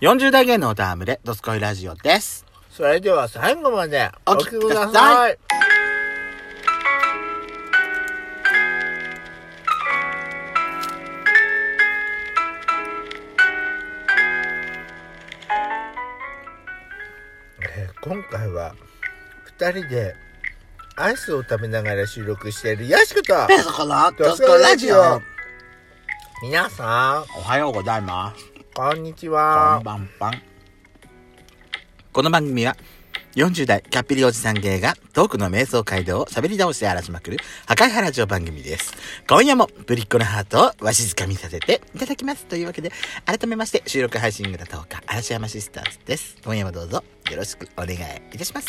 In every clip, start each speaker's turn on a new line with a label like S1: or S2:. S1: 40代芸能ダームで、ドスコイラジオです。
S2: それでは最後までお聞きくだ
S1: お聞きくださ
S2: さ
S1: い
S2: い。えー今回は二人でアイスを食べながら収録しているヤ シコと
S1: ペソコのドス
S2: ドス
S1: コ
S2: コ
S1: イ
S2: イ
S1: ラ
S2: ラ
S1: ジ
S2: ジ
S1: オ
S2: オ。皆さん
S1: おはようございます。
S2: こんにち
S1: こ
S2: は
S1: んばんばん。この番組は、40代キャッピリおじさん芸がトークの瞑想街道を喋り倒して荒らしまくる破壊ハラジオ番組です。今夜もぶりっ子のハートをわしづかみさせていただきます。というわけで、改めまして収録配信型トーカー嵐山シスターズです。今夜もどうぞよろしくお願いいたします。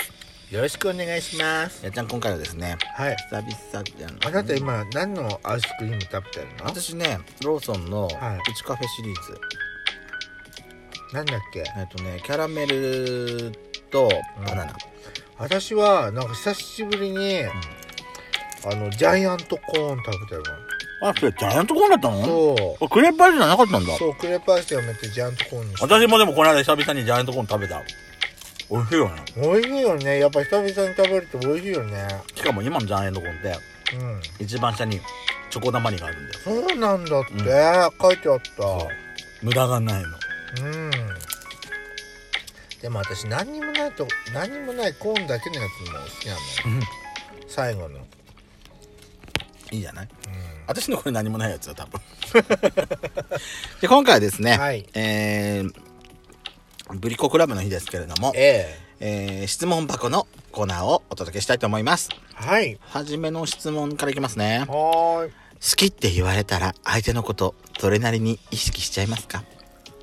S2: よろしくお願いします
S1: やっちゃん今回はですね、
S2: はい
S1: 久々じゃん
S2: あなた今何のアイスクリーム食べてるの
S1: 私ねローソンの
S2: はいう
S1: ちカフェシリーズ、
S2: なんだっけ
S1: えっとねキャラメルと
S2: うん
S1: バナナ、
S2: 私はなんか久しぶりに、あのジャイアントコーン食べてる
S1: あそれジャイアントコーンだった
S2: の、そ
S1: クレープ味じゃなかったんだ
S2: うそうクレープアイスでやめてジャイアントコーンにした
S1: 私もでもこの間久々にジャイアントコーン食べた美味しいよね
S2: 美味しいよねやっぱ久々に食べると美味しいよね
S1: しかも今のジャイアントコーンって
S2: うん
S1: 一番下にチョコだまりがあるんだよ
S2: そうなんだって、
S1: うん
S2: 書いてあっ
S1: 無駄がないの
S2: たうんでも私何にもないと何にもないコーンだけのやつも好きなの最後の、うん、
S1: いいじゃない私のこれ何もないやつだ多 分で今回はですね、
S2: はい
S1: えー、ブリコクラブの日ですけれども
S2: ええ
S1: えー質問箱のコーナーをお届けしたいと思います。
S2: はい
S1: はじめの質問からいきますね。好
S2: はーい
S1: きって言われたら相手のこと、それなりに意識しちゃいますか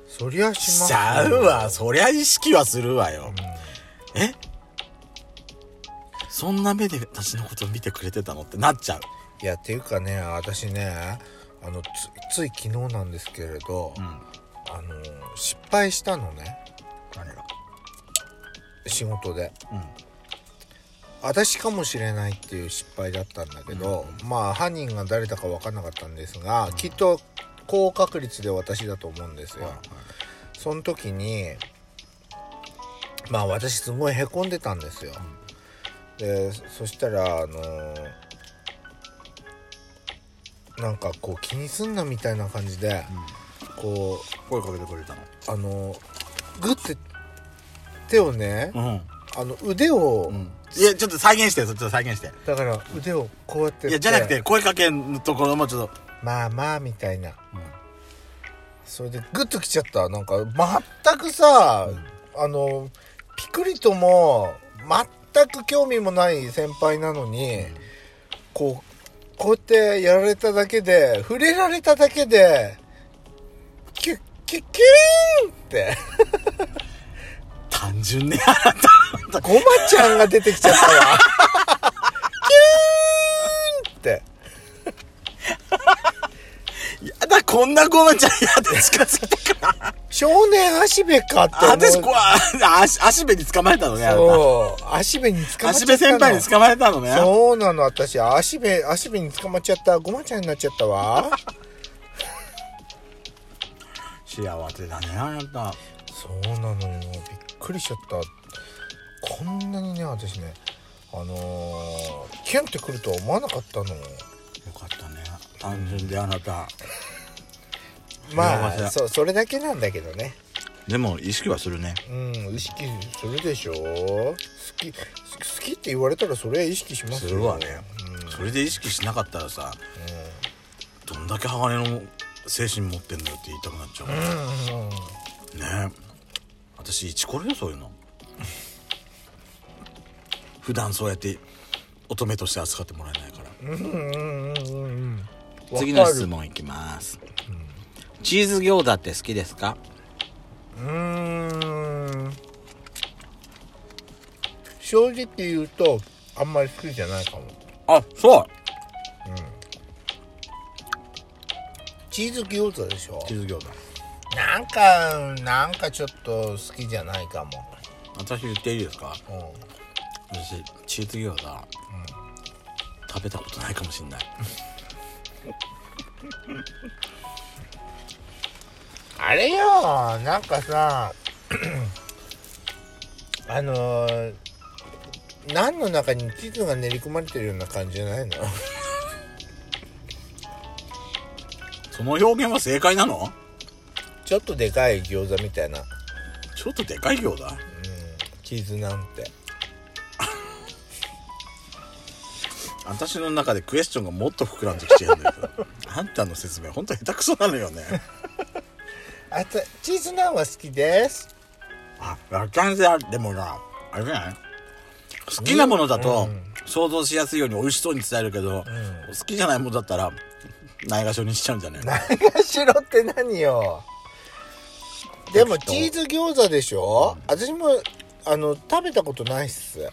S2: そりゃします
S1: しちゃうわ。そりゃ意識はするわよ。えそんな目で私のこと見てくれてたのってなっちゃう。
S2: いやっていうかね私ねあのつつい昨日なんですけれ
S1: ん。
S2: ど、あの失敗したのね
S1: 何が
S2: 仕事で
S1: うん。
S2: 私かもしれないっていう失敗だったんだけど、まあ犯人が誰だか分かんなかったんですが、きっと高確率で私だと思うんですよ、その時にまあ私すごいへこんでたんですよ、でそしたらあのなんかこう気にすんなみたいな感じで、こう
S1: 声かけてくれたの。
S2: あのグッて手をね、
S1: うん。
S2: あの腕を、
S1: うん。いや、ちょっと再現して、ちょっと再現して。
S2: だから腕をこうやって
S1: いや、じゃなくて、声かけのところもちょっと。
S2: まあまあみたいな
S1: うん。
S2: それでグッときちゃったなんか全くさ、あのピクリとも全く興味もない先輩なのに、こうこうやってやられただけで触れられただけでキュッキュッキューンって
S1: 単純ね。
S2: ごまちゃんが出てきちゃったわキューンって
S1: やだ、こんなごまちゃんやって近づい てくる。
S2: 少年足部かって
S1: あ
S2: 思う
S1: 私、こう、あ足、足部に捕まえたのね、あな
S2: そう足部に捕
S1: た
S2: まっちゃったの
S1: 足部先輩に捕まえたのね。
S2: そうなの私足部足部に捕まっちゃったごまちゃんになっちゃったわ
S1: 幸せだね、あなた。
S2: そうなのよびっくりしちゃったこんなにね私ねあのー、キュンってくるとは思わなかったの
S1: よかったね。単純であなた。
S2: ま
S1: 幸せだ
S2: あそそれだけなんだけどね
S1: でも、意識はするね。
S2: うん意識するでしょ好き好き好きって言われたらそれは意識しますよ
S1: するわねそれで意識しなかったらさ、どんだけ鋼の精神持ってんだよって言いたくなっちゃうから
S2: うん、うん、
S1: ね私イチコロよそういうの普段そうやって乙女として扱ってもらえないから次の質問いきます、チーズ餃子って好きですか
S2: うーん正直言うとあんまり好きじゃないかも
S1: あそう
S2: チーズ餃子でしょ
S1: チーズ餃子
S2: なんかなんかちょっと好きじゃないかも
S1: 私言っていいですか
S2: う
S1: 私チーズ餃子、食べたことないかもしんない
S2: あれよなんかさ あのー、何の中に地図が練り込まれてるような感じじゃないの
S1: その表現は正解なの
S2: ちょっとでかい餃子みたいな、うん、
S1: ちょっとでかい行だ。
S2: 地図なんて
S1: 私の中でクエスチョンがもっと膨らんできちゃうんだけ ど。あんたの説明、ほんと下手くそなのよね。
S2: あとチーズナンは好きです
S1: あ、ラチャンセア、でもな、あれじゃない好きなものだと、想像しやすいように美味しそうに伝えるけど、好きじゃないものだったら、ないがしろにしちゃうんじゃない
S2: 何がしろって何よでもチーズ餃子でしょ私もあの食べたことないっす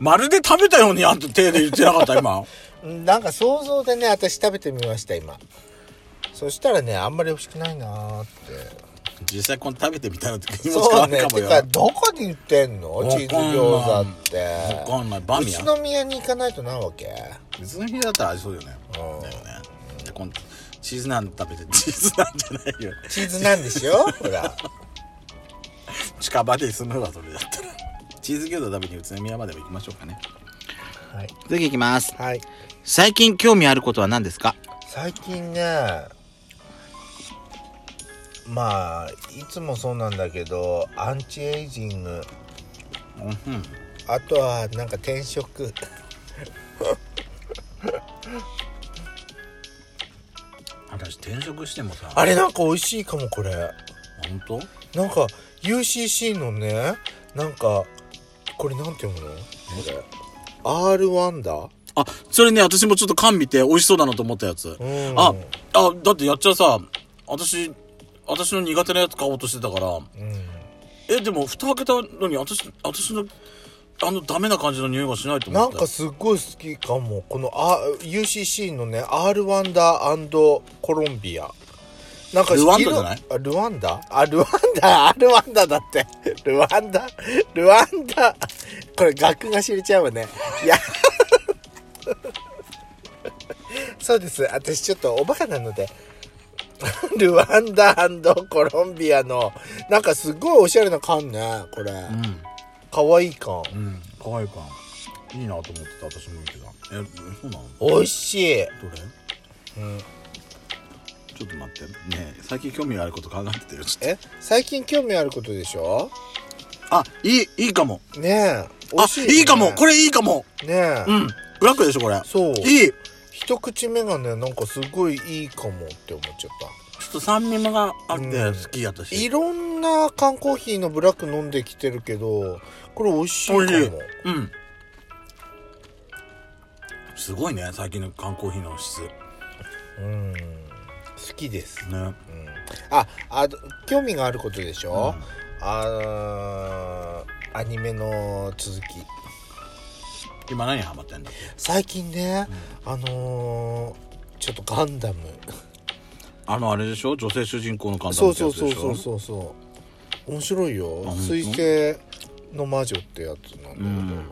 S1: まるで食べたようにあんた手で言ってなかった、 今。
S2: うんなんか想像でね私食べてみました今そしたらねあんまり美味しくないなーって
S1: 実際この食べてみたら気もつか
S2: そ
S1: な
S2: う
S1: い
S2: ね
S1: かも
S2: て
S1: よ。
S2: かどこで売ってんの
S1: わかんな
S2: チー
S1: い
S2: ズ餃子って
S1: わかんない。バーミヤン
S2: 宇都宮に行かないとなわけ
S1: 宇都宮だったらありそうだよね。だよね。で、今度、チーズナン食べて、チーズナンじゃないよ。
S2: チーズなんでしょ ほら
S1: 近場で住むわ、それだったら。チーズ餃子食べに宇都宮までも行きましょうかね。
S2: はい、
S1: 次行きます。
S2: はい、
S1: 最近興味あることは何ですか
S2: 最近ねまあいつもそうなんだけどアンチエイジング
S1: うんうん。
S2: あとはなんか転職
S1: 私転職してもさ、
S2: あれなんか美味しいかもこれ
S1: 本当
S2: なんか UCC のねなんかこれなんて読むのこれ R1 だ
S1: あ、それね、私もちょっと缶見て美味しそうだなと思ったやつ。
S2: ん
S1: あ、あ、だってやっちゃさ、私、私の苦手なやつ買おうとしてたから、え、でも蓋開けたのに私、私の、あのダメな感じの匂いがしないと
S2: な
S1: 思っ
S2: ん
S1: た。
S2: かすっごい好きかもこの、あ UCC のね R ワンダコロンビアなんか
S1: ルワンダじゃない
S2: 色あルワンダあルワンダ R ワンダだってルワンダルワンダこれ額が知れちゃうわねいや そうです私ちょっとおバカなのでルワンダコロンビアのなんかすごいおしゃれな缶ねこれ
S1: うん。
S2: かわいい缶
S1: うん、可愛いかいいなと思ってた私も見てたえそうなの
S2: 美味しい
S1: どれ
S2: うん
S1: ちょっと待ってねえ最近興味あること考えてたよちょっ
S2: え最近興味あることでしょ
S1: とあいいいいかも
S2: ねえ美
S1: あ
S2: 味しい,、
S1: いいかもこれいいかも
S2: れねえ、
S1: うんブラックでしょこれ
S2: そう
S1: いいちょ
S2: 一口目がねなんかすごいいいかもって思っちゃった
S1: っと酸味もがあって
S2: うん
S1: 好きやったし
S2: いろんな缶コーヒーのブラック飲んできてるけどこれ美味しいか
S1: 美味しい
S2: も
S1: うんすごいね最近の缶コーヒーの質ね
S2: うん好きです、うん、ああと興味があることでしょ、
S1: うん
S2: あーアニメの続き
S1: 今何ハマってんだっけ
S2: 最近ね、あのーちょっとガンダム
S1: あのあれでしょ女性主人公の缶
S2: そ
S1: コー
S2: う
S1: ヒー
S2: そうそう
S1: でし
S2: そう
S1: ょ
S2: そうそう面白いよ
S1: あ本当
S2: 水星の魔女ってやつなんだけど、
S1: うん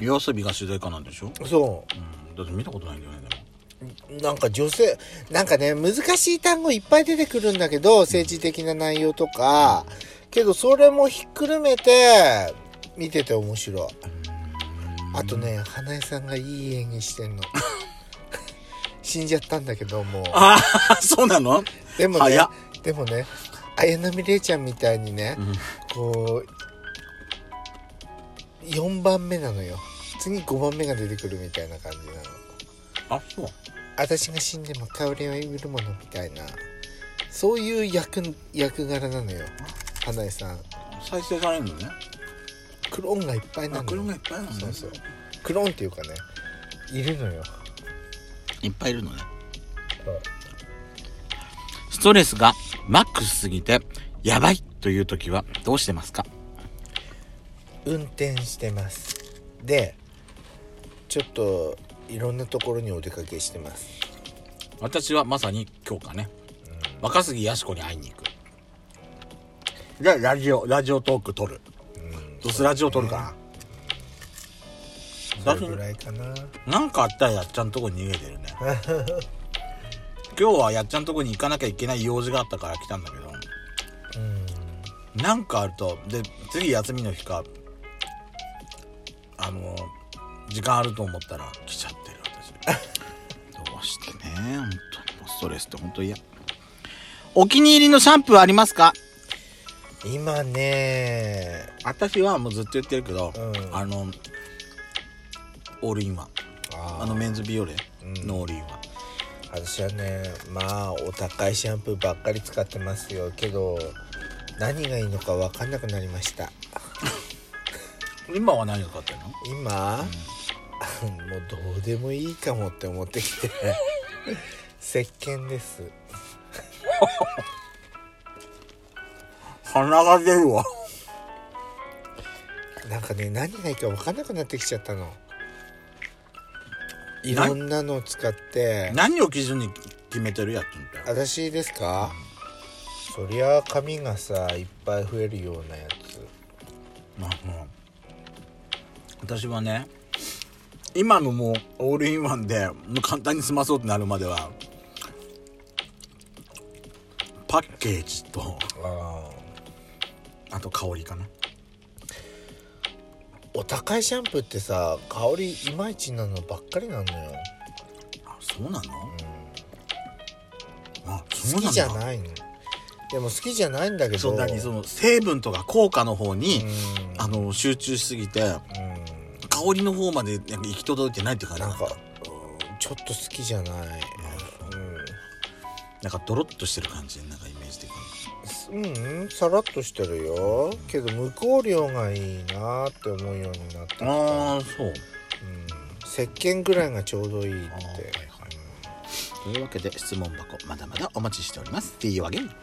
S1: 夜遊びが主題歌なんでしょ
S2: そ
S1: うんだって見たことないんだよねでも
S2: うなんか女性なんかね難しい単語いっぱい出てくるんだけど政治的な内容とかけどそれもひっくるめて見てて面白いあとね花江さんがいい演技して んの死んじゃったんだけどもう
S1: ああ、そうなの
S2: でもね
S1: 早っ、
S2: でもね、綾波レイちゃんみたいにね、こう、4番目なのよ。次5番目が出てくるみたいな感じなの。
S1: あ、そう。私
S2: 私が死んでも香りは売るものみたいな、そういう役、役柄なのよ。花江さん。
S1: 再生されるのね。
S2: クローンがいっぱい
S1: あ、
S2: なの
S1: 車がい
S2: よ
S1: っ。ぱいあるのね。
S2: そうそう。クローンっていうかね、いるのよ。
S1: いっぱいいるのね。ストレスがマックスすぎて、やばいという時はどうしてますか
S2: 運転してます。で、ちょっと、いろんなところにお出かけしてます。
S1: 私はまさに今日かね。若杉やしこに会いに行く。で、ラジオ、ラジオトーク撮る。どうせラジオ撮るか
S2: そ
S1: な。
S2: れぐらいかな
S1: な んかあったらやっちゃんとこに逃げてるね。今日はやっちゃんとこに行かなきゃいけない用事があったから来たんだけど
S2: うん
S1: なんかあるとで次休みの日かあの時間あると思ったら来ちゃってる 私どうしてね本当にもうストレスって本当嫌お気に入りのシャンプーありますか
S2: 今ね
S1: 私はもうずっと言ってるけど、
S2: うん
S1: あのオールインワン
S2: あ
S1: あのメンズビオレ
S2: うん
S1: のオールインワン、
S2: 私はねまあお高いシャンプーばっかり使ってますよけど何がいいのか分かんなくなりました
S1: 今は何を買ってるの
S2: 今、もうどうでもいいかもって思ってき て石鹸です
S1: 鼻が出るわ
S2: なんかね何がいいか分かんなくなってきちゃったのいろんなのを使って
S1: 何を基準に決めてるやつみたい
S2: 私ですか、そりゃ髪がさいっぱい増えるようなやつ
S1: な私はね今のもうオールインワンでもう簡単に済まそうとなるまではパッケージと
S2: あー
S1: あと香りかな
S2: お高いシャンプーってさ香りいまいちなのばっかりなのよ、
S1: あそうなの
S2: う
S1: あ
S2: ん、
S1: そう
S2: 好
S1: な
S2: き
S1: ん
S2: じ
S1: だ
S2: ゃないのでも好きじゃないんだけど
S1: そうだけどその成分とか効果の方に、
S2: うん
S1: あの集中しすぎて
S2: うん
S1: 香りの方までなんか行き届いてないっていうか
S2: なん
S1: なんか
S2: かうんちょっと好きじゃない
S1: なんかドロッとしてる感じなんかイメージ的に
S2: うん、うんうん、さらっとしてるよけど無香料がいいなって思うようになってきた、うん、
S1: あそう
S2: 石鹸ぐらいがちょうどいいって
S1: あーはいはいというわけで質問箱まだまだお待ちしております See you again